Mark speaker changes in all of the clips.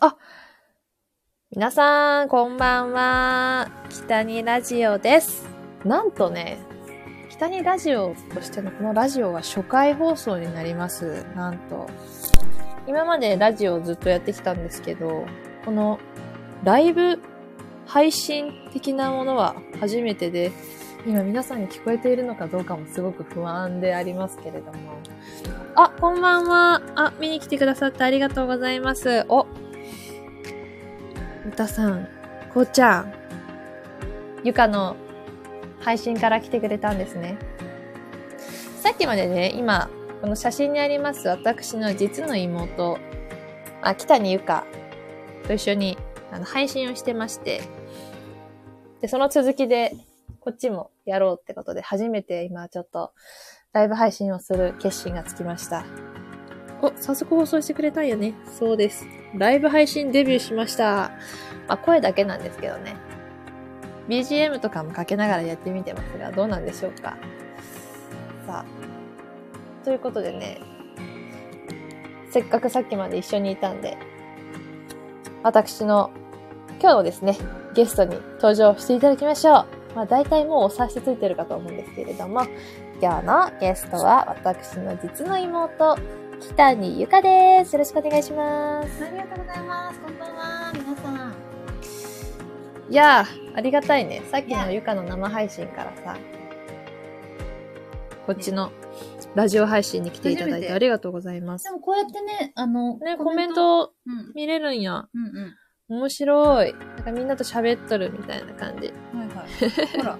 Speaker 1: あ皆さん、こんばんは。北にラジオです。なんとね、北にラジオとしてのこのラジオは初回放送になります。なんと。今までラジオをずっとやってきたんですけど、このライブ配信的なものは初めてで、今皆さんに聞こえているのかどうかもすごく不安でありますけれども。あ、こんばんは。あ、見に来てくださってありがとうございます。お、歌さん、こうちゃん、ゆかの配信から来てくれたんですね。さっきまでね、今、この写真にあります私の実の妹、あ、北にゆかと一緒にあの配信をしてまして、で、その続きで、こっちもやろうってことで、初めて今ちょっとライブ配信をする決心がつきました。お、早速放送してくれたんよね。そうです。ライブ配信デビューしました。まあ、声だけなんですけどね。BGM とかもかけながらやってみてますが、どうなんでしょうか。さあ。ということでね、せっかくさっきまで一緒にいたんで、私の今日ですね、ゲストに登場していただきましょう。まあ大体もうお察しついてるかと思うんですけれども、今日のゲストは私の実の妹、北にゆかです。よろしくお願いします。
Speaker 2: ありがとうございます。こんばんは、皆さん。
Speaker 1: いやー、ありがたいね。さっきのゆかの生配信からさ、こっちのラジオ配信に来ていただい
Speaker 2: 初め
Speaker 1: て
Speaker 2: て
Speaker 1: ありがとうございま。
Speaker 2: ですもこうやってね、あの、
Speaker 1: ね、コメント
Speaker 2: うん、
Speaker 1: 見れるんや。
Speaker 2: うん、うん。
Speaker 1: 面白い。なんかみんなと喋っとるみたいな感じ。
Speaker 2: はいはい。ほら。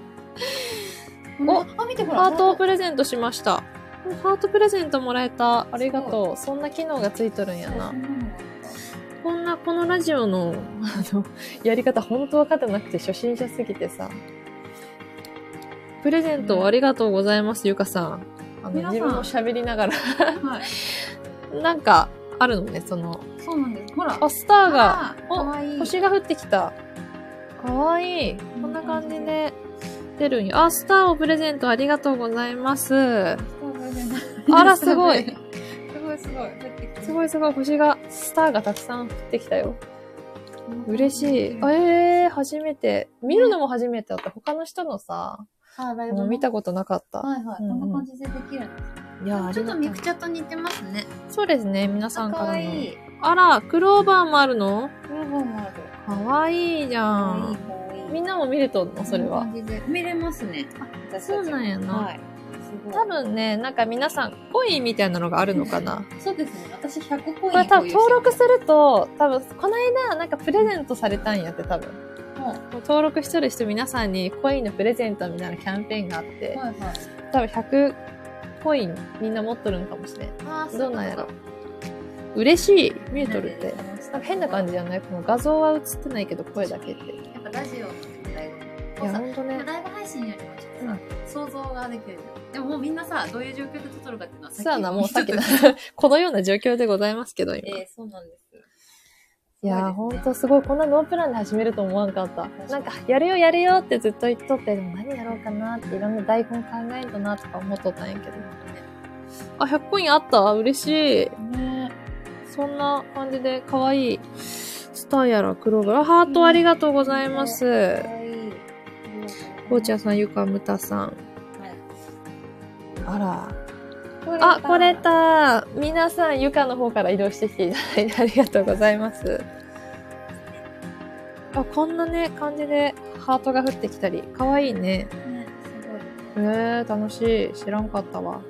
Speaker 2: お、あ、見てほら。
Speaker 1: ハートをプレゼントしました。ハートプレゼントもらえた。ありがとう。そんな機能がついとるんやな。こんな、このラジオの、あの、やり方、本当分かってなくて、初心者すぎてさ。プレゼントをありがとうございます、ゆかさん。あの、
Speaker 2: 皆さん
Speaker 1: 自分も喋りながら。
Speaker 2: はい。
Speaker 1: なんか、あるのね、その、
Speaker 2: そうなんです。ほら。
Speaker 1: ポスターが、
Speaker 2: かわいい。
Speaker 1: 星が降ってきた。かわいい。こんな感じで出るんや。あ、スターをプレゼントありがとうございます。あらすごい。
Speaker 2: すごいすごい。
Speaker 1: すご
Speaker 2: い。
Speaker 1: いすごい、星が、スターがたくさん降ってきたよ。嬉しい。あえー、初めて。見るのも初めてだった。他の人のさ、
Speaker 2: あ、ライ
Speaker 1: も
Speaker 2: ブ
Speaker 1: う見た
Speaker 2: こ
Speaker 1: ことなかった。
Speaker 2: はいはい。こんな感じでできるんです。
Speaker 1: いや、あ
Speaker 2: ちょ
Speaker 1: り
Speaker 2: っ
Speaker 1: が
Speaker 2: と
Speaker 1: たい
Speaker 2: ミク。チャと似てますね。
Speaker 1: そうですね、皆さんか
Speaker 2: からわ
Speaker 1: の。
Speaker 2: いい。
Speaker 1: あら、クローバーもあるの
Speaker 2: ロゴもある。
Speaker 1: かわいいじゃ
Speaker 2: かわいい、
Speaker 1: ん。
Speaker 2: かわいい。
Speaker 1: みんなも見れとんのそれは。。
Speaker 2: 見れますね。あ
Speaker 1: そうなんやな
Speaker 2: はい。す
Speaker 1: 多分ね、なんか皆さん、コインみたいなのがあるのかな。
Speaker 2: ごい。そうですね。私100コイン
Speaker 1: これ多分登録
Speaker 2: す
Speaker 1: すると、多分この間、なんかプレゼントされたんやって、多分。
Speaker 2: る。は
Speaker 1: もう登録してる人皆さんにコインのプレゼントみたいなキャンペーンがあって
Speaker 2: い、はい。
Speaker 1: 多分100コインみんな持っとるんかもしれん。
Speaker 2: あ
Speaker 1: どうなんやろ。嬉しい見えとるって。なんか変な感じ
Speaker 2: や
Speaker 1: じゃないこの画像は映ってないけど声だけって。い
Speaker 2: っぱラジオのライブ。
Speaker 1: や、
Speaker 2: さ
Speaker 1: ほんとね。
Speaker 2: ライブ配信よりもちょっとさ、想像ができるじゃん。でももうみんなさ、どういう状況で撮っとるかっていうのは
Speaker 1: そうやな、もうさっきの
Speaker 2: え、
Speaker 1: このような状況でございますけど、今。
Speaker 2: えそうなんです。
Speaker 1: いやー、
Speaker 2: すご
Speaker 1: ほ
Speaker 2: い
Speaker 1: ん
Speaker 2: ですね
Speaker 1: とすごい。こんなノープランで始めると思わんかった
Speaker 2: 確か。に
Speaker 1: なんか、やるよやるよってずっと言っとって、でも何やろうかなっていろんな台本考えんとなとか思っとったんやけど。あ、100コインあった嬉しい。
Speaker 2: ね
Speaker 1: そんな感じで可愛い。スターやらクローバー。あハートありがとうございます。
Speaker 2: かわいい。
Speaker 1: こうちゃん
Speaker 2: ん。
Speaker 1: さん、ゆかむたさん。あら。
Speaker 2: あ
Speaker 1: あ、これ。た。皆さん、ゆかの方から移動してきていただいてありがとうございます。あ、こんなね、感じでハートが降ってきたり。かわいいね。
Speaker 2: ね、すごい。
Speaker 1: えー、楽しい。知らんかったわ。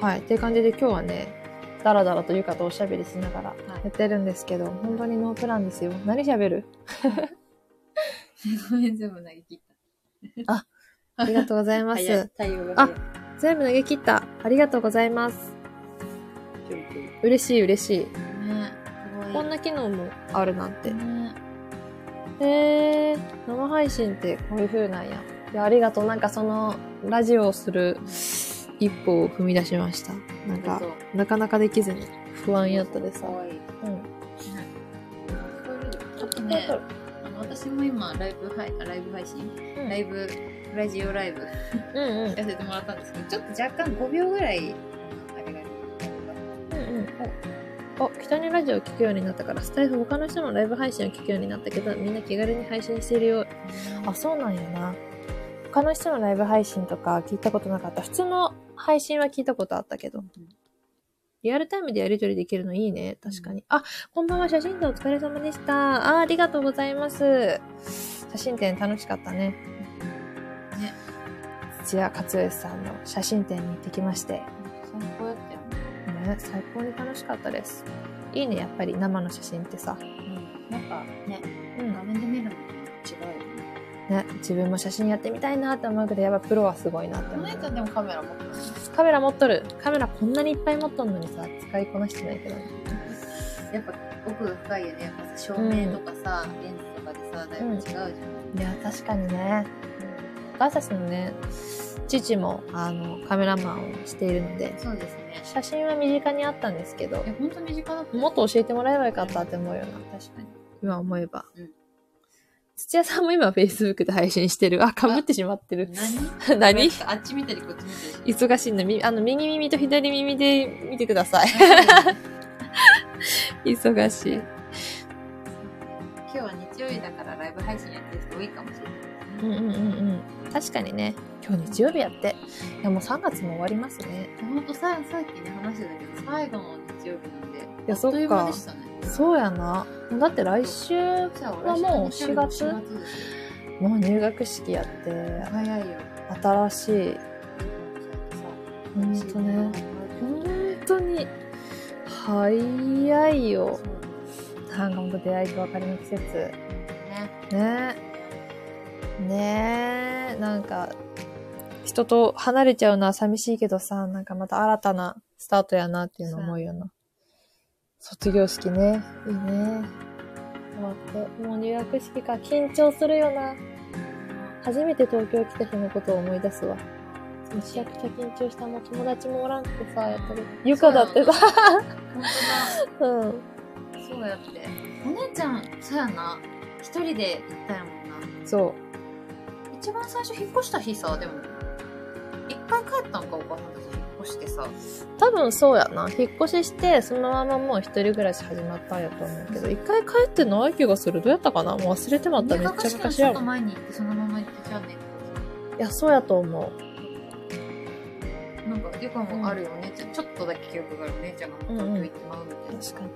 Speaker 1: はい。っていう感じで今日はね、だらだらとゆかとおしゃべりしながらやってるんですけど、本当にノープランですよ。何喋る
Speaker 2: ごめん、全部投げ切った。
Speaker 1: あ、ありがとうございま
Speaker 2: 早い
Speaker 1: す。。
Speaker 2: 対応が
Speaker 1: あ全部投げ切った。ありがとうございます。
Speaker 2: 早い、ちょいちょい。ね、
Speaker 1: 嬉しい嬉しい。
Speaker 2: すごい。
Speaker 1: こんな機能もあるなんて。
Speaker 2: ね、
Speaker 1: へえー、生配信ってこういう風なんや。いや、ありがとう。なんかその、ラジオをする一歩を踏み出しました。なんか、なかなかできずに不安やったでさ
Speaker 2: か。わいい。
Speaker 1: うん。
Speaker 2: ちょっとね、あの私も今ライブ配、ライブ配信、ライブ、ラジオライブや
Speaker 1: うんうん。
Speaker 2: らせてもらったんですけど、ちょっと若干5秒ぐらい、あのあれが、
Speaker 1: うんうん。
Speaker 2: あ
Speaker 1: あ、北にラジオを聞くようになったから、スタイフ他の人のライブ配信を聞くようになったけど、みんな気軽に配信しているよう。あ、そうなんやな。他の人のライブ配信とか聞いたことなかった。普通の配信は聞いたことあったけど。リアルタイムでやり取りできるのいいね。確かに。あ、こんばんは。写真展お疲れ様でした。あー、ありがとうございます。写真展楽しかったね。
Speaker 2: ね
Speaker 1: 土屋克義さんの写真展に行ってきまして、
Speaker 2: 最高やったよね。
Speaker 1: ね、最高に楽しかったです。いいね、やっぱり生の写真ってさ。
Speaker 2: うん。なんかね、
Speaker 1: うん
Speaker 2: 画。面で見るのと違うよね。
Speaker 1: ね、自分も写真やってみたいなって思うけど、やっぱプロはすごいなって
Speaker 2: お
Speaker 1: 思
Speaker 2: 姉ちゃ
Speaker 1: う。
Speaker 2: んでもカメラ持ってる
Speaker 1: カメラ持っとる。カメラこんなにいっぱい持っとんのにさ、使いこなしてないけどね。
Speaker 2: やっぱ奥が深いよね。やっぱさ照明とかさ、レンズとかでさ、だいぶ違うじゃん。
Speaker 1: いや、確かにね。私たちのね、父も、あの、カメラマンをしているので、
Speaker 2: そうですね。
Speaker 1: 写真は身近にあったんですけど
Speaker 2: い、や、本当身近だった。
Speaker 1: もっと教えてもらえばよかったって思うよな。
Speaker 2: 確かに。
Speaker 1: 今思えば。
Speaker 2: うん
Speaker 1: 土屋さんも今 Facebook で配信してる。あ、かぶってしまってる。
Speaker 2: 何
Speaker 1: 何
Speaker 2: あっち見たりこっち見たり。
Speaker 1: 忙しいんだ。みあの、右耳と左耳で見てください。 忙しい。
Speaker 2: 今日は日曜日だからライブ配信やってる人多いかもしれない。
Speaker 1: うんうんうんうん。確かにね、今日日曜日やって。いや、もう3月も終わりますね。
Speaker 2: ほんとさ、さっきね、話してたけど、最後の日曜日なんで、
Speaker 1: やそっか
Speaker 2: あっという間でしたね。
Speaker 1: そうやな。だって来週、
Speaker 2: じゃあ、
Speaker 1: はもう4月
Speaker 2: 4月ですよ
Speaker 1: もう入学式やって、
Speaker 2: 早いよ。
Speaker 1: 新しい。ほん
Speaker 2: そう
Speaker 1: とね。。本当に、早いよ。なんかほんと出会いと別れの季節。
Speaker 2: ね。
Speaker 1: ねねえ、なんか、人と離れちゃうのは寂しいけどさ、なんかまた新たなスタートやなっていうの思うよな。卒業式ね。いいね。終わって。もう入学式か。緊張するよな。初めて東京来た日のことを思い出すわ。めちゃくちゃ緊張した。もう友達もおらんくてさ、やっぱり。ゆかだってさ。
Speaker 2: 本当
Speaker 1: うん。
Speaker 2: だ。そうやって。お姉ちゃん、そうやな。一人で行ったやもんな。
Speaker 1: そう。
Speaker 2: 一番最初引っ越した日さでも一回帰ったんかお母さんたち引っ越してさ
Speaker 1: 多分そうやな引っ越ししてそのままもう一人暮らし始まったんやと思うけど一回帰ってない気がするどうやったかなもう忘れてまっためっちゃ
Speaker 2: 式の
Speaker 1: 昔
Speaker 2: ちょ
Speaker 1: や
Speaker 2: っ
Speaker 1: も
Speaker 2: と
Speaker 1: んい
Speaker 2: 前に行ってそのまま行ってじゃあね
Speaker 1: やそうやと思
Speaker 2: なんかゆかもあるよ、お姉ちゃんちょっとだけ記憶があるお姉ちゃんがもう東京行ってまうみたいうな、
Speaker 1: 確かに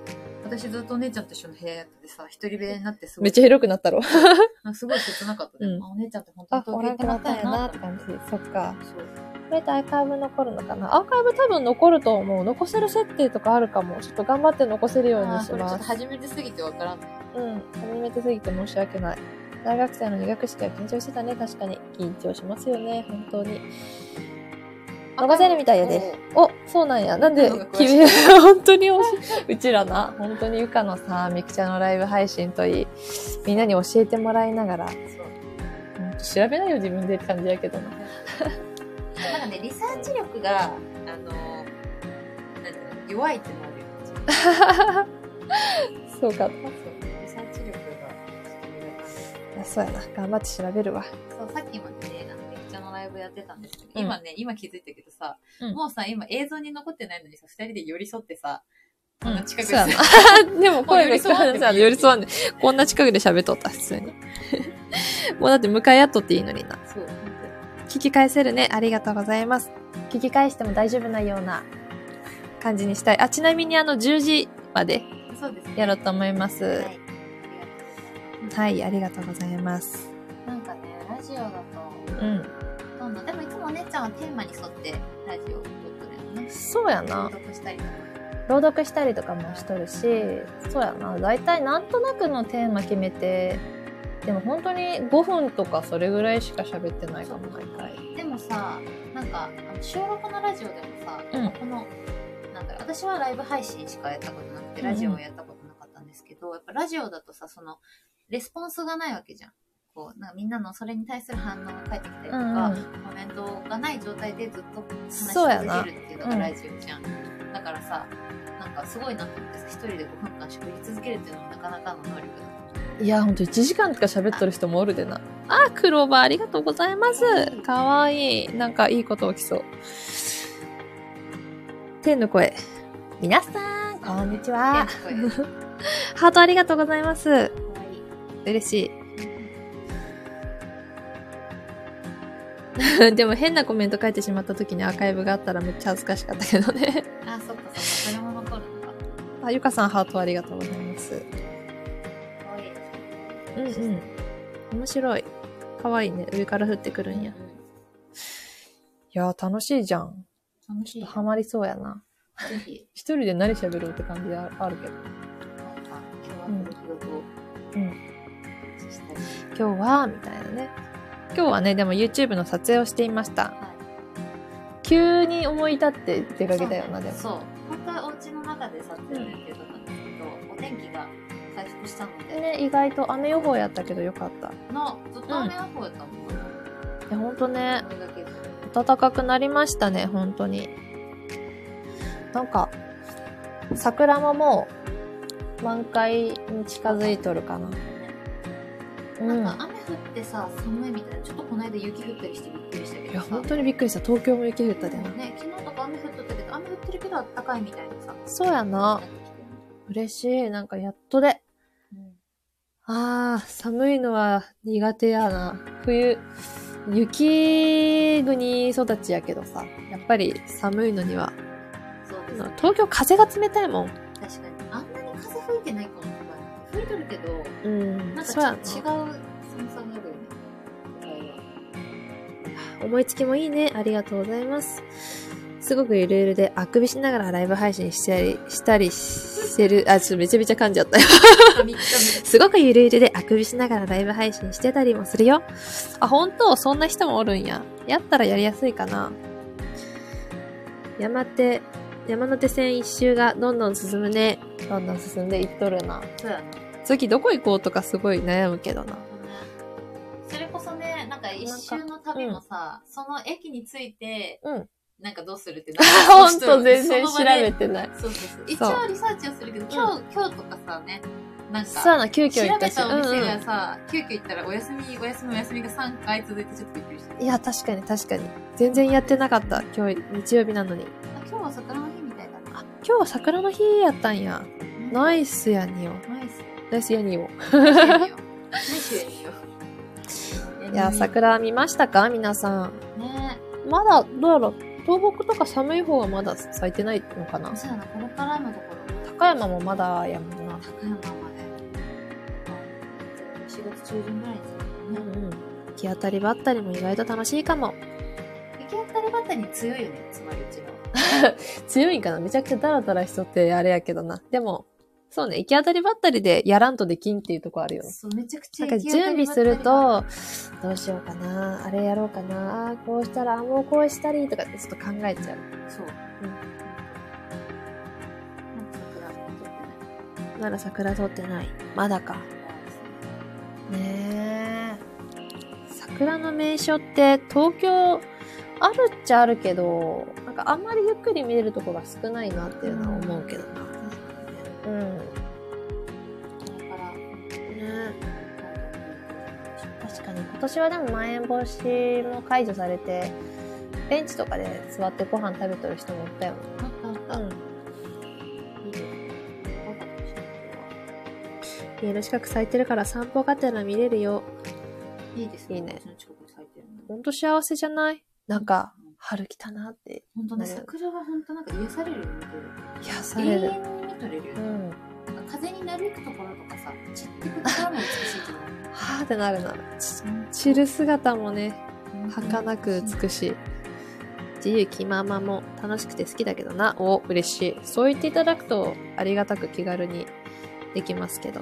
Speaker 2: 私ずっとお姉ちゃんと一緒の部屋やっててさ一人部屋になってすご
Speaker 1: め
Speaker 2: い
Speaker 1: っちゃ広くなったろ
Speaker 2: なんかすごい切なかったね、
Speaker 1: うん
Speaker 2: あお姉ちゃんって本当
Speaker 1: あ
Speaker 2: に
Speaker 1: お
Speaker 2: 東京
Speaker 1: ら
Speaker 2: 行っ
Speaker 1: ん
Speaker 2: て
Speaker 1: くな
Speaker 2: ま
Speaker 1: っ
Speaker 2: った
Speaker 1: たん
Speaker 2: ん
Speaker 1: やなって
Speaker 2: やなっ
Speaker 1: て感じそっか
Speaker 2: そう
Speaker 1: これってアーカイブ残るのかなアーカイブ多分残ると思う残せる設定とかあるかもちょっと頑張って残せるように
Speaker 2: あー
Speaker 1: し
Speaker 2: これちょ
Speaker 1: ま
Speaker 2: っと
Speaker 1: す
Speaker 2: 初めてすぎてわからん
Speaker 1: うん初めてすぎて申し訳ない大学生の入学式は緊張してたね確かに緊張しますよね本当に任せるみたいやでお、そうなんや。なんで
Speaker 2: なん、か詳しい
Speaker 1: 君、 本当に教え、うちらな、本当にゆかのさ、みくちゃんのライブ配信といい、みんなに教えてもらいながら、
Speaker 2: そう
Speaker 1: ほんと調べないよ自分でって感じやけどな。
Speaker 2: なんかね、リサーチ力が、あの、なんていうの、弱いってなるよ。そう
Speaker 1: そうか。い
Speaker 2: リサーチ力が、ちょっと見えなかっ
Speaker 1: やそうやな。頑張って調べるわ。
Speaker 2: たそう、さっきまでね、あの、めっちゃのライブやってたんですけど、
Speaker 1: うん
Speaker 2: 今ね、今気づいたけどさ、
Speaker 1: うん
Speaker 2: もうさ、今映像に残ってないのにさ、二人で寄り添ってさ、
Speaker 1: う
Speaker 2: あの
Speaker 1: ん、
Speaker 2: 近く
Speaker 1: そう
Speaker 2: で
Speaker 1: や
Speaker 2: さ、
Speaker 1: な。 でも声が聞こえない。
Speaker 2: もう
Speaker 1: 寄
Speaker 2: 寄
Speaker 1: り
Speaker 2: り
Speaker 1: 添
Speaker 2: 添
Speaker 1: わ
Speaker 2: わ
Speaker 1: ん
Speaker 2: ん
Speaker 1: で。こんな近くで喋っとった、普通に。 もうだって向かい合っとっていいのにな。
Speaker 2: そう、
Speaker 1: 聞き返せるね。ありがとうございます。聞き返しても大丈夫なような感じにしたい。あ、ちなみにあの、10時まで
Speaker 2: そうですね。
Speaker 1: やろうと思います。
Speaker 2: はい。ありがとうございます。
Speaker 1: はい、ありがとうございます。
Speaker 2: なんかね、ラジオだと、
Speaker 1: うん。
Speaker 2: どんどん、でもいつもお姉ちゃんはテーマに沿ってラジオを撮ってるよね。
Speaker 1: そうや
Speaker 2: 朗
Speaker 1: な。
Speaker 2: 読したりとか。
Speaker 1: 朗読したりとかもしとるし、そうやな。だいたいなんとなくのテーマ決めて、でも本当に5分とかそれぐらいしか喋ってないかも、毎回。
Speaker 2: でもさなんかあの収録のラジオでもさ、
Speaker 1: うん
Speaker 2: このなんだろう私はライブ配信しかやったことなくて
Speaker 1: うんうん
Speaker 2: ラジオをやったことなかったんですけど、やっぱラジオだとさそのレスポンスがないわけじゃん。こうなんかみんなのそれに対する反応が返ってきたりとか、コメントがない状態でずっと話し
Speaker 1: そうやな
Speaker 2: 続けるっていうのがラジオじゃん。だからさなんかすごいなと思ってさ一人で5分間喋り続けるっていうのもなかなかの能力だと思う。
Speaker 1: いや、ほんと1時間とか喋っとる人もおるでな。あ、クローバーありがとうございます。かわいい。なんかいいこと起きそう。天の声。皆さん、こんにちは
Speaker 2: 元気声です。かわ
Speaker 1: ハートありがとうございます。
Speaker 2: いい。
Speaker 1: 嬉しい。 でも変なコメント書いてしまった時にアーカイブがあったらめっちゃ恥ずかしかったけどね。
Speaker 2: あ、そっかそっか。それも残るのか。
Speaker 1: あ、ゆかさんハートありがとうございます。
Speaker 2: かわいい。
Speaker 1: うんうん。面白い。かわいいね。上から降ってくるんや。いやー、楽しいじゃん。
Speaker 2: うん楽
Speaker 1: ち
Speaker 2: し
Speaker 1: ょ
Speaker 2: い
Speaker 1: っと。ハマりそうやな。
Speaker 2: ぜひ、
Speaker 1: 一人で何喋ろうって感じでああるけど。
Speaker 2: なんか、今日はこの記録を。
Speaker 1: うん
Speaker 2: そしたり。
Speaker 1: 今日は、みたいなね。今日はね、でも YouTube の撮影をしていました。
Speaker 2: はい
Speaker 1: 急に思い立って出かけたよな、でも。
Speaker 2: そう本当はお家の中で撮影の予定だったんですけど、お天気が回復したので、
Speaker 1: ね、意外と雨予報やったけどよかった。い
Speaker 2: のずっと雨予報やったもん、こ
Speaker 1: や、ほんとね、
Speaker 2: れだけで
Speaker 1: 暖かくなりましたね、本当に。なんか、桜ももう、満開に近づいとるかな。う
Speaker 2: なん
Speaker 1: ん。
Speaker 2: か雨降ってさ寒いみたいなちょっとこの間雪降ったりしてびっくりしたけどさ
Speaker 1: いや、本当にびっくりした。東京も雪降ったで
Speaker 2: で
Speaker 1: な
Speaker 2: も。ね昨日とか雨降っとったけど雨降ってるけどあったかいみたいなさ
Speaker 1: そうやな。嬉しい。なんかやっとで。
Speaker 2: うん
Speaker 1: あー、寒いのは苦手やな。冬、雪国育ちやけどさ。やっぱり寒いのには。
Speaker 2: そうですね
Speaker 1: 東京風が冷たいもん。
Speaker 2: 確かにあんなに風吹いてないかもとか吹いとるけど
Speaker 1: うん
Speaker 2: なん
Speaker 1: そうや
Speaker 2: か
Speaker 1: な
Speaker 2: ちょっと違う寒さになるよねだから
Speaker 1: 思いつきもいいね。ありがとうございます。すごくゆるゆるで、あくびしながらライブ配信したり、したりしてる。あ、ちょっとめちゃめちゃ噛んじゃったよ。
Speaker 2: 髪髪
Speaker 1: すごくゆるゆるで、あくびしながらライブ配信してたりもするよ。あ、本当そんな人もおるんや。やったらやりやすいかな。山手、山手線一周がどんどん進むね。どんどん進んでいっとるな。
Speaker 2: そうやね
Speaker 1: 次どこ行こうとかすごい悩むけど な。
Speaker 2: それこそね、なんか一周の旅もさ、その駅について、
Speaker 1: うん
Speaker 2: なんかどうするってな
Speaker 1: ほんと全然調べ
Speaker 2: て。
Speaker 1: てない。
Speaker 2: そうそうそう。一応リサーチをするけど、今日、今日とかさ、ね、なん
Speaker 1: そうや
Speaker 2: か、
Speaker 1: な、急
Speaker 2: 調
Speaker 1: 遽行った
Speaker 2: べ
Speaker 1: し。
Speaker 2: たお店
Speaker 1: うんうん
Speaker 2: がさ、急遽行ったらお休み、お休み、お休みが3回続いてちょっとびっくりした。
Speaker 1: いや、確かに確かに。全然やってなかった。今日、日曜日なのに。
Speaker 2: あ今日は桜の日みたいだな。
Speaker 1: あ、今日は桜の日やったんや。ナ
Speaker 2: い。
Speaker 1: イスやによ。
Speaker 2: ナイス。
Speaker 1: ナイスやによ。
Speaker 2: ナイスやねんよ。ナイスやねんよ
Speaker 1: いや、。桜見ましたか皆さん。
Speaker 2: ね
Speaker 1: まだ、どうやろう。東北とか寒い方がまだ咲いてないのかな
Speaker 2: そうやな、これからのところが
Speaker 1: 高山もまだやもんな。
Speaker 2: 高山まで、まあ、4月中旬ぐらいですね。
Speaker 1: うんうん。行き当たりばったりも意外と楽しいかも。
Speaker 2: 行き当たりばったりに強いよね、つまりうちらは。
Speaker 1: 強いんかなめちゃくちゃダラダラしとってあれやけどな。でも、そうね、行き当たりばったりでやらんとできんっていうとこあるよね。
Speaker 2: そう、めちゃくち
Speaker 1: な
Speaker 2: ゃ
Speaker 1: んか準備すると、どうしようかな、あれやろうかな、あーこうしたら、あーもうこうしたりとかってちょっと考えちゃう。
Speaker 2: そう。
Speaker 1: うん
Speaker 2: なんか桜撮
Speaker 1: なら桜撮
Speaker 2: ってない
Speaker 1: ってない。まだか。ねえ。桜の名所って東京あるっちゃあるけど、なんかあんまりゆっくり見れるとこが少ないなっていうのは思うけどな。うん。ね
Speaker 2: これから、
Speaker 1: 確かに今年はでもまん延防止も解除されて、ベンチとかで座ってご飯食べとる人もいったよね。
Speaker 2: あったあった。
Speaker 1: うん
Speaker 2: いいですね。よかったですね
Speaker 1: 家の近く咲いてるから散歩がてら見れるよ。
Speaker 2: 今日はいいです
Speaker 1: いいね
Speaker 2: うちの近くに咲いてるの。
Speaker 1: ほんと幸せじゃないなんか、
Speaker 2: う、
Speaker 1: 春来たなって
Speaker 2: 本当ね、
Speaker 1: ね
Speaker 2: 桜は本当なんか癒されるよね。
Speaker 1: 癒さ
Speaker 2: 永
Speaker 1: れる。
Speaker 2: 遠に見とれるよ
Speaker 1: う
Speaker 2: ね。
Speaker 1: ん。
Speaker 2: なんか風になびくところとかさ、散っ てくところも美しいと思う。
Speaker 1: はーってなるな。ち散る姿もね、儚く美しい。自由気ままも楽しくて好きだけどな。お、嬉しい。そう言っていただくとありがたく気軽にできますけど。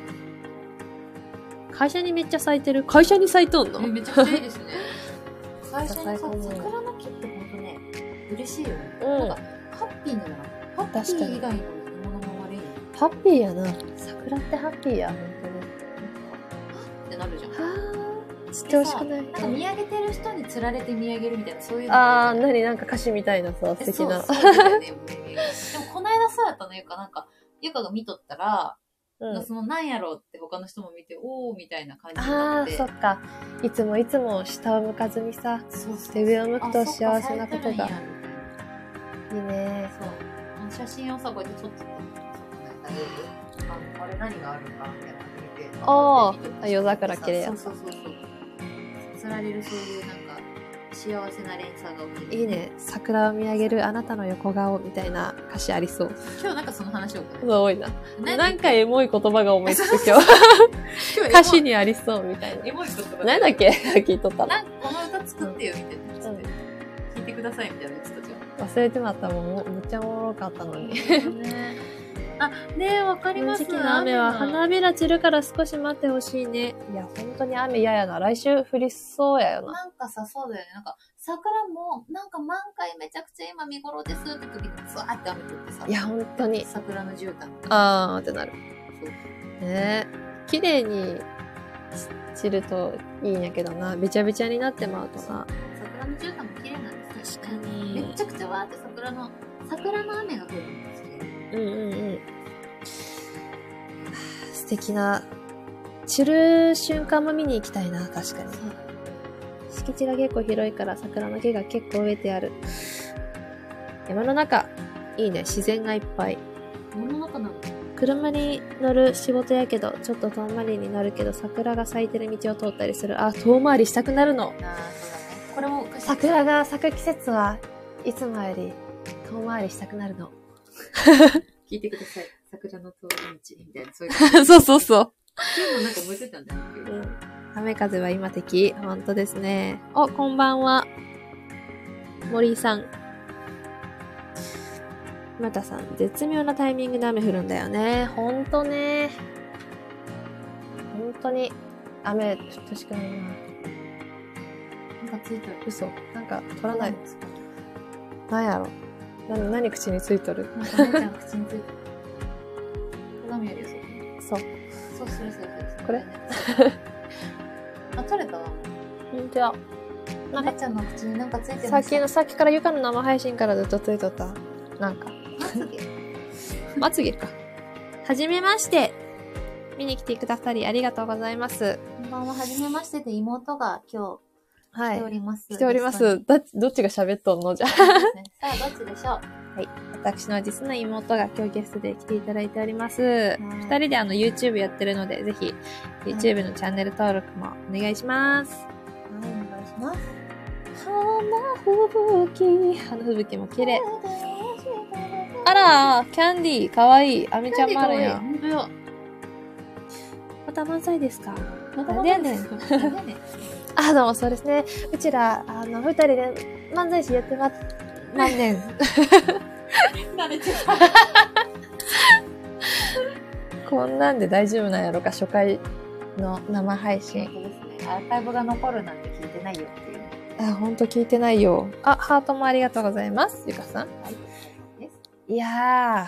Speaker 1: 会社にめっちゃ咲いてる。会社に咲いとんの
Speaker 2: えめちゃくちゃいい ですね最初にさ
Speaker 1: 最高
Speaker 2: 桜の木って本当ね嬉しいよね、
Speaker 1: うん
Speaker 2: なんかハッピーにならハッピー以外のものも悪いよね
Speaker 1: ハッピーやな。桜ってハッピーや、ほんとに。
Speaker 2: ってなるじゃん
Speaker 1: はー、散ってほしくない
Speaker 2: でさなんか見上げてる人につられて見上げるみたいなそういうの
Speaker 1: あー、
Speaker 2: ね
Speaker 1: なになんか歌詞みたいなさ、素
Speaker 2: えそ
Speaker 1: 敵
Speaker 2: う
Speaker 1: な。
Speaker 2: そうだよねもうねでもこの間そうやったのゆかなんかゆかが見とったら、
Speaker 1: うん
Speaker 2: そのなんやろうって他の人も見ておおみたいな感じにな
Speaker 1: あ
Speaker 2: っ
Speaker 1: あ
Speaker 2: て
Speaker 1: そっかいつもいつも下を向かずにさ
Speaker 2: そうそう
Speaker 1: 手上を向くと
Speaker 2: あそっか
Speaker 1: 幸せなこと
Speaker 2: 咲い
Speaker 1: が
Speaker 2: てるんやみたいな
Speaker 1: い
Speaker 2: い
Speaker 1: ね
Speaker 2: そう。あの写真をさ、こうやって撮ってたのさった夜、ああれ何があるんだみたいなの見て、
Speaker 1: あー
Speaker 2: 見てみて
Speaker 1: 夜桜綺麗やった
Speaker 2: そうそうそうそう。そそられるそういうなんか、幸せな連鎖が起きる。
Speaker 1: いい。ね。桜を見上げるあなたの横顔みたいな歌詞ありそう。
Speaker 2: 今日なんかその話を。
Speaker 1: そう多いな。
Speaker 2: な
Speaker 1: なんん
Speaker 2: か
Speaker 1: かエモい言葉が思いつ く今日。
Speaker 2: 今日
Speaker 1: 歌詞にありそうみたいな。
Speaker 2: エモいことが。
Speaker 1: 何だっけ聞いとったの
Speaker 2: なんかこの歌作ってよみたいなやつで。聞いてくださいみたいなやつたじゃん。
Speaker 1: 忘れてまったもん。もめっちゃおもろかったのに。
Speaker 2: ね。あ、ねえ、わか
Speaker 1: こ
Speaker 2: り
Speaker 1: の
Speaker 2: ます
Speaker 1: 時期の雨は花びら散るから少し待ってほしいね。いや、本当に雨嫌やな。来週降りそうやよな。
Speaker 2: なんかさ、そうだよね。なんか、桜も、なんか満開めちゃくちゃ今見頃ですって時に、ふわーって雨降ってさ。
Speaker 1: いや、、本当に。
Speaker 2: 桜の絨毯。
Speaker 1: あーってなる。
Speaker 2: そう
Speaker 1: ねえ。綺麗に散るといいんやけどな。べちゃべちゃになってまうとな。
Speaker 2: 桜の絨毯も綺麗なんですよ、ね。
Speaker 1: に
Speaker 2: めっちゃくちゃわーって桜の、桜の雨が降るんですけど。
Speaker 1: うんうんうん。素敵な。散る瞬間も見に行きたいな、確かに。敷地が結構広いから桜の木が結構植えてある。山の中、いいね、自然がいっぱい。
Speaker 2: 世の中なの。
Speaker 1: 車に乗る仕事やけど、ちょっと遠回りになるけど、桜が咲いてる道を通ったりする。あ、遠回りしたくなるの。
Speaker 2: ああ、そうだね。これも昔、
Speaker 1: 桜が咲く季節はいつもより遠回りしたくなるの。
Speaker 2: 聞いてください。桜の通り道みたいな、そうい う。
Speaker 1: そうそうそう。
Speaker 2: でもなんか覚えてたんだよ。
Speaker 1: うん雨風は今敵。本当ですね。お、こんばんは。森井さん。またさん、絶妙なタイミングで雨降るんだよね。ほんとね。ほんとに、雨、ちょっとしかないな。
Speaker 2: なんかついてる。
Speaker 1: 嘘。なんか、取らない。なんやろ。何、何口についとる
Speaker 2: なんか姉ちゃん口についてる。鏡あるよ、そこに。
Speaker 1: そう。
Speaker 2: そうするそうする。
Speaker 1: これ
Speaker 2: あ、取れたわ。
Speaker 1: じゃあ、なんか
Speaker 2: 姉ちゃんの口になんかついて
Speaker 1: さ
Speaker 2: ま
Speaker 1: っきの、さっきからゆかの生配信からずっとついとった。なんか。
Speaker 2: まつげ。
Speaker 1: まつげか。 はじめまして。見に来てくださりありがとうございます。
Speaker 2: こんばんは、はじめましてで妹が今
Speaker 1: は
Speaker 2: 日
Speaker 1: い
Speaker 2: 来てお。ります。
Speaker 1: 来ておりま
Speaker 2: ゲス
Speaker 1: す。だ、どっちが喋っとんのじゃあ。
Speaker 2: トに。そうですね さあ、どっちでしょう
Speaker 1: 私の実の妹が今日ゲストで来ていただいております。二人であの YouTube やってるので、ぜひ YouTube のチャンネル登録もお願いします。
Speaker 2: はい、お願いします。
Speaker 1: 花吹雪。花吹雪も綺麗。あら、キャンディー、かわいい。アメちゃんもあるやん。
Speaker 2: 本当よ。
Speaker 1: また満載ですか
Speaker 2: なん
Speaker 1: でやねん
Speaker 2: なんでやねん。
Speaker 1: あ、どうもそうですね。うちら、あの、二人で漫才師やってます。万年。
Speaker 2: 慣れてた。
Speaker 1: こんなんで大丈夫なんやろか、初回の生配信。
Speaker 2: 本当ですね。アーカイブが残るなんて聞いてないよっていう。
Speaker 1: あ、ほんと聞いてないよ。あ、ハートもありがとうございます。ゆかさん。
Speaker 2: はい。です
Speaker 1: いやー。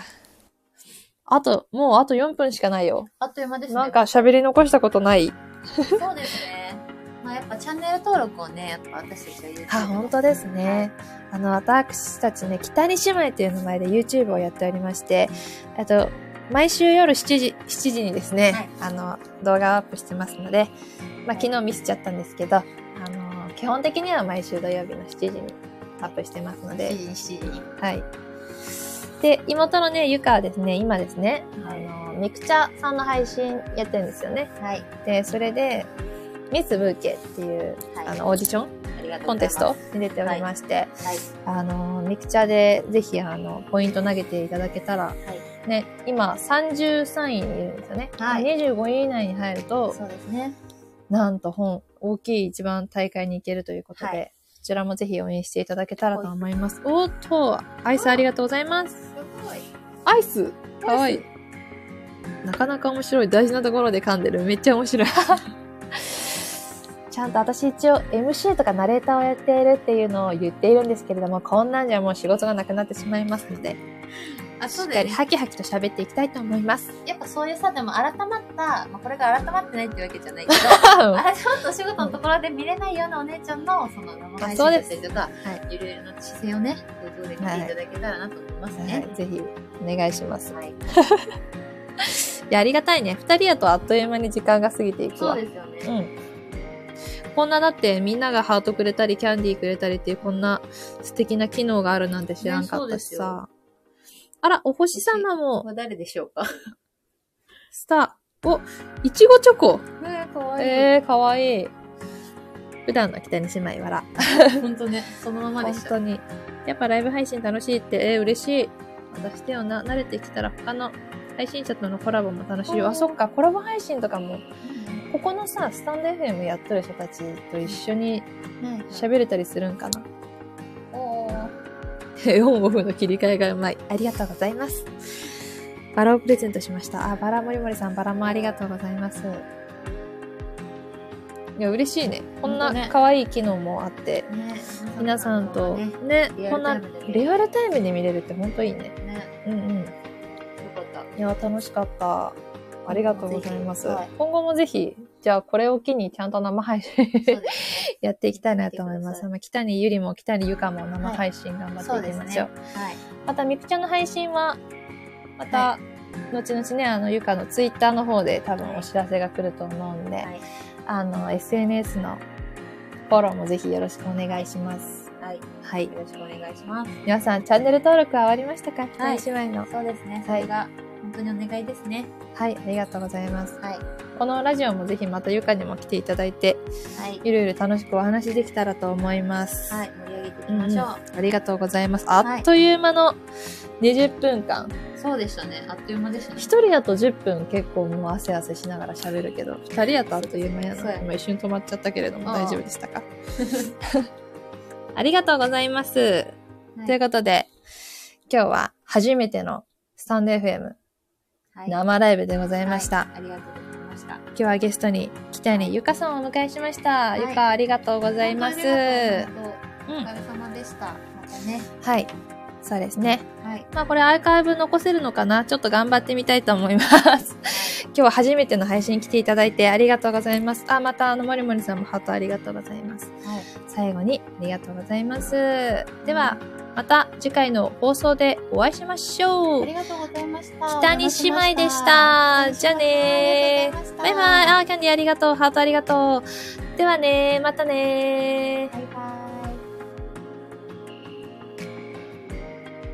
Speaker 1: あと、もうあと4分しかないよ。
Speaker 2: あっという間ですね。
Speaker 1: なんか喋り残したことない。
Speaker 2: そうですね。まあやっぱチャンネル登録をね、やっぱ私たちは YouTube
Speaker 1: あ、本当ですね。あの、私たちね、北に姉妹という名前で YouTube をやっておりまして、あと、毎週夜7時、7時にですね、
Speaker 2: はい
Speaker 1: あの、動画をアップしてますので、まあ、昨日見せちゃったんですけど、あの、基本的には毎週土曜日の7時にアップしてますので、
Speaker 2: 7時、7時に。
Speaker 1: はい。で、妹のね、ゆかはですね、今ですね、
Speaker 2: はい
Speaker 1: あの、みくちゃさんの配信やってるんですよね。
Speaker 2: はい。
Speaker 1: で、それで、ミスブーケっていう、
Speaker 2: はい。
Speaker 1: あの、オーディション
Speaker 2: ありがとう
Speaker 1: コ
Speaker 2: ご
Speaker 1: ン
Speaker 2: ざい
Speaker 1: テ
Speaker 2: ま
Speaker 1: ス
Speaker 2: す
Speaker 1: トに出ておりまして、
Speaker 2: はい。
Speaker 1: あの、ミクチャでぜひあの、ポイント投げていただけたら、
Speaker 2: はい
Speaker 1: ね、今33位にいるんですよね。
Speaker 2: はい
Speaker 1: 25位以内に入ると、
Speaker 2: そうですね。
Speaker 1: なんと本、大きい一番大会に行けるということで、
Speaker 2: はい
Speaker 1: そちらもぜひ応援していただけたらと思います。おっと、アイスありがとうございます。
Speaker 2: すごい。
Speaker 1: アイスかわいい。なかなか面白い。大事なところで噛んでる。めっちゃ面白い。 ちゃんと私一応 MC とかナレーターをやっているっていうのを言っているんですけれども、こんなんじゃもう仕事がなくなってしまいますので、
Speaker 2: あ、
Speaker 1: し
Speaker 2: そ
Speaker 1: っ
Speaker 2: う
Speaker 1: か
Speaker 2: だよ
Speaker 1: り
Speaker 2: ね。
Speaker 1: ハキハキと喋っていきたいと思い ます。
Speaker 2: やっぱそういうさ、でも改まった、まあ、これが改まってないってわけじゃないけ ど、改まったお仕事のところで見れないようなお姉ちゃんの、その生配信
Speaker 1: あそう
Speaker 2: だ
Speaker 1: で
Speaker 2: っ
Speaker 1: す
Speaker 2: たりとか、
Speaker 1: はい
Speaker 2: ろいろな姿勢をね、ご上で見ていただけたらなと思いますね。
Speaker 1: ぜひお願いします。
Speaker 2: はい。
Speaker 1: いや、ありがたいね。二人やとあっという間に時間が過ぎていく
Speaker 2: そ
Speaker 1: わ。
Speaker 2: うですよね。
Speaker 1: うん。こんなだってみんながハートくれたりキャンディーくれたりっていうこんな素敵な機能があるなんて知らんかったしさ。あら、お星様も、
Speaker 2: は誰でしょうか
Speaker 1: スター。お、いちごチョコ。
Speaker 2: えー、かわいい。
Speaker 1: えー、かわいい。普段の北に姉妹笑。
Speaker 2: ほんとね、そのままで
Speaker 1: 本
Speaker 2: した。
Speaker 1: 当に。やっぱライブ配信楽しいって、えー、嬉しい。またしてよな。慣れてきたら他の配信者とのコラボも楽しいよ。
Speaker 2: おー
Speaker 1: あ、そっか、コラボ配信とかも、
Speaker 2: うん
Speaker 1: ここのさ、スタンド FM やっとる人たちと一緒に
Speaker 2: ね
Speaker 1: 喋れたりするんかな。
Speaker 2: おー
Speaker 1: オンオフの切り替えがうまい。ありがとうございます。バラをプレゼントしました。あ、バラもりもりさん、バラもありがとうございます。いや、嬉しいね。こん
Speaker 2: ほんと
Speaker 1: な
Speaker 2: ね
Speaker 1: 可愛い機能もあって、
Speaker 2: ね
Speaker 1: 皆さんと
Speaker 2: ね
Speaker 1: ね、
Speaker 2: リアルタイムで
Speaker 1: こんなリアルタイムで見れるって本当いいね。
Speaker 2: ねよ
Speaker 1: うんうん。
Speaker 2: かった。
Speaker 1: いや、楽しかった。ありがとうございます。
Speaker 2: ぜひはい
Speaker 1: 今後もぜひ、じゃあこれを機にちゃんと生配信
Speaker 2: そうですね。
Speaker 1: やっていきたいなと思いま
Speaker 2: やってくだ
Speaker 1: す。
Speaker 2: さい
Speaker 1: まあ北にゆりも北にゆかも生配信頑張
Speaker 2: そう
Speaker 1: っていき
Speaker 2: です
Speaker 1: ま
Speaker 2: ね。
Speaker 1: しょう。
Speaker 2: はい。
Speaker 1: またみくちゃんの配信は、また、
Speaker 2: は
Speaker 1: 後々ね、あの、ゆかのツイッターの方で多分お知らせが来ると思うんで、
Speaker 2: はい
Speaker 1: あの、SNS のフォローもぜひよろしくお願いします。
Speaker 2: はい。
Speaker 1: はい。
Speaker 2: よろしくお願いします。
Speaker 1: 皆さん、チャンネル登録は終わりましたか北に姉妹の。
Speaker 2: そうですね。それが本当にお願いですね。
Speaker 1: はい、ありがとうございます。
Speaker 2: はい。
Speaker 1: このラジオもぜひまたゆかにも来ていただいて、
Speaker 2: はい。
Speaker 1: ゆるゆる楽しくお話できたらと思います。
Speaker 2: はい。盛り上げていきましょう。
Speaker 1: ありがとうございます。あ
Speaker 2: はい
Speaker 1: っという間の20分間。
Speaker 2: そうでしたね。あっという間でしたね。
Speaker 1: 一人だと10分結構もう汗汗しながら喋るけど、二人だとあっという間や
Speaker 2: そう
Speaker 1: な。
Speaker 2: や
Speaker 1: 今一瞬止まっちゃったけれども
Speaker 2: ああ
Speaker 1: 大丈夫でしたか ありがとうございます。ということで、今日は初めてのスタンド FM
Speaker 2: はい
Speaker 1: 生ライブでございました。
Speaker 2: はいありがとうございました。
Speaker 1: 今日はゲストに北谷ゆかさんをお迎えしました。
Speaker 2: はい
Speaker 1: ゆかありがとうございます。
Speaker 2: 本
Speaker 1: う
Speaker 2: 当にありがとうございますお
Speaker 1: ん。
Speaker 2: 疲れ様でした。またね。
Speaker 1: はい。そうですね。
Speaker 2: はい。
Speaker 1: まあこれアーカイブ残せるのかなちょっと頑張ってみたいと思います。今日は初めての配信来ていただいてありがとうございます。あ、またあの、もりもりさんもハートありがとうございます。
Speaker 2: はい。
Speaker 1: 最後にありがとうございます。では、また次回の放送でお会いしましょ
Speaker 2: あ
Speaker 1: う
Speaker 2: り。がとうございました。
Speaker 1: 北に姉妹でした。じゃあねー。バイバイ。あー、キャンディーありがとう。ハートありがとう。ではねー。またねー。
Speaker 2: バイバイ。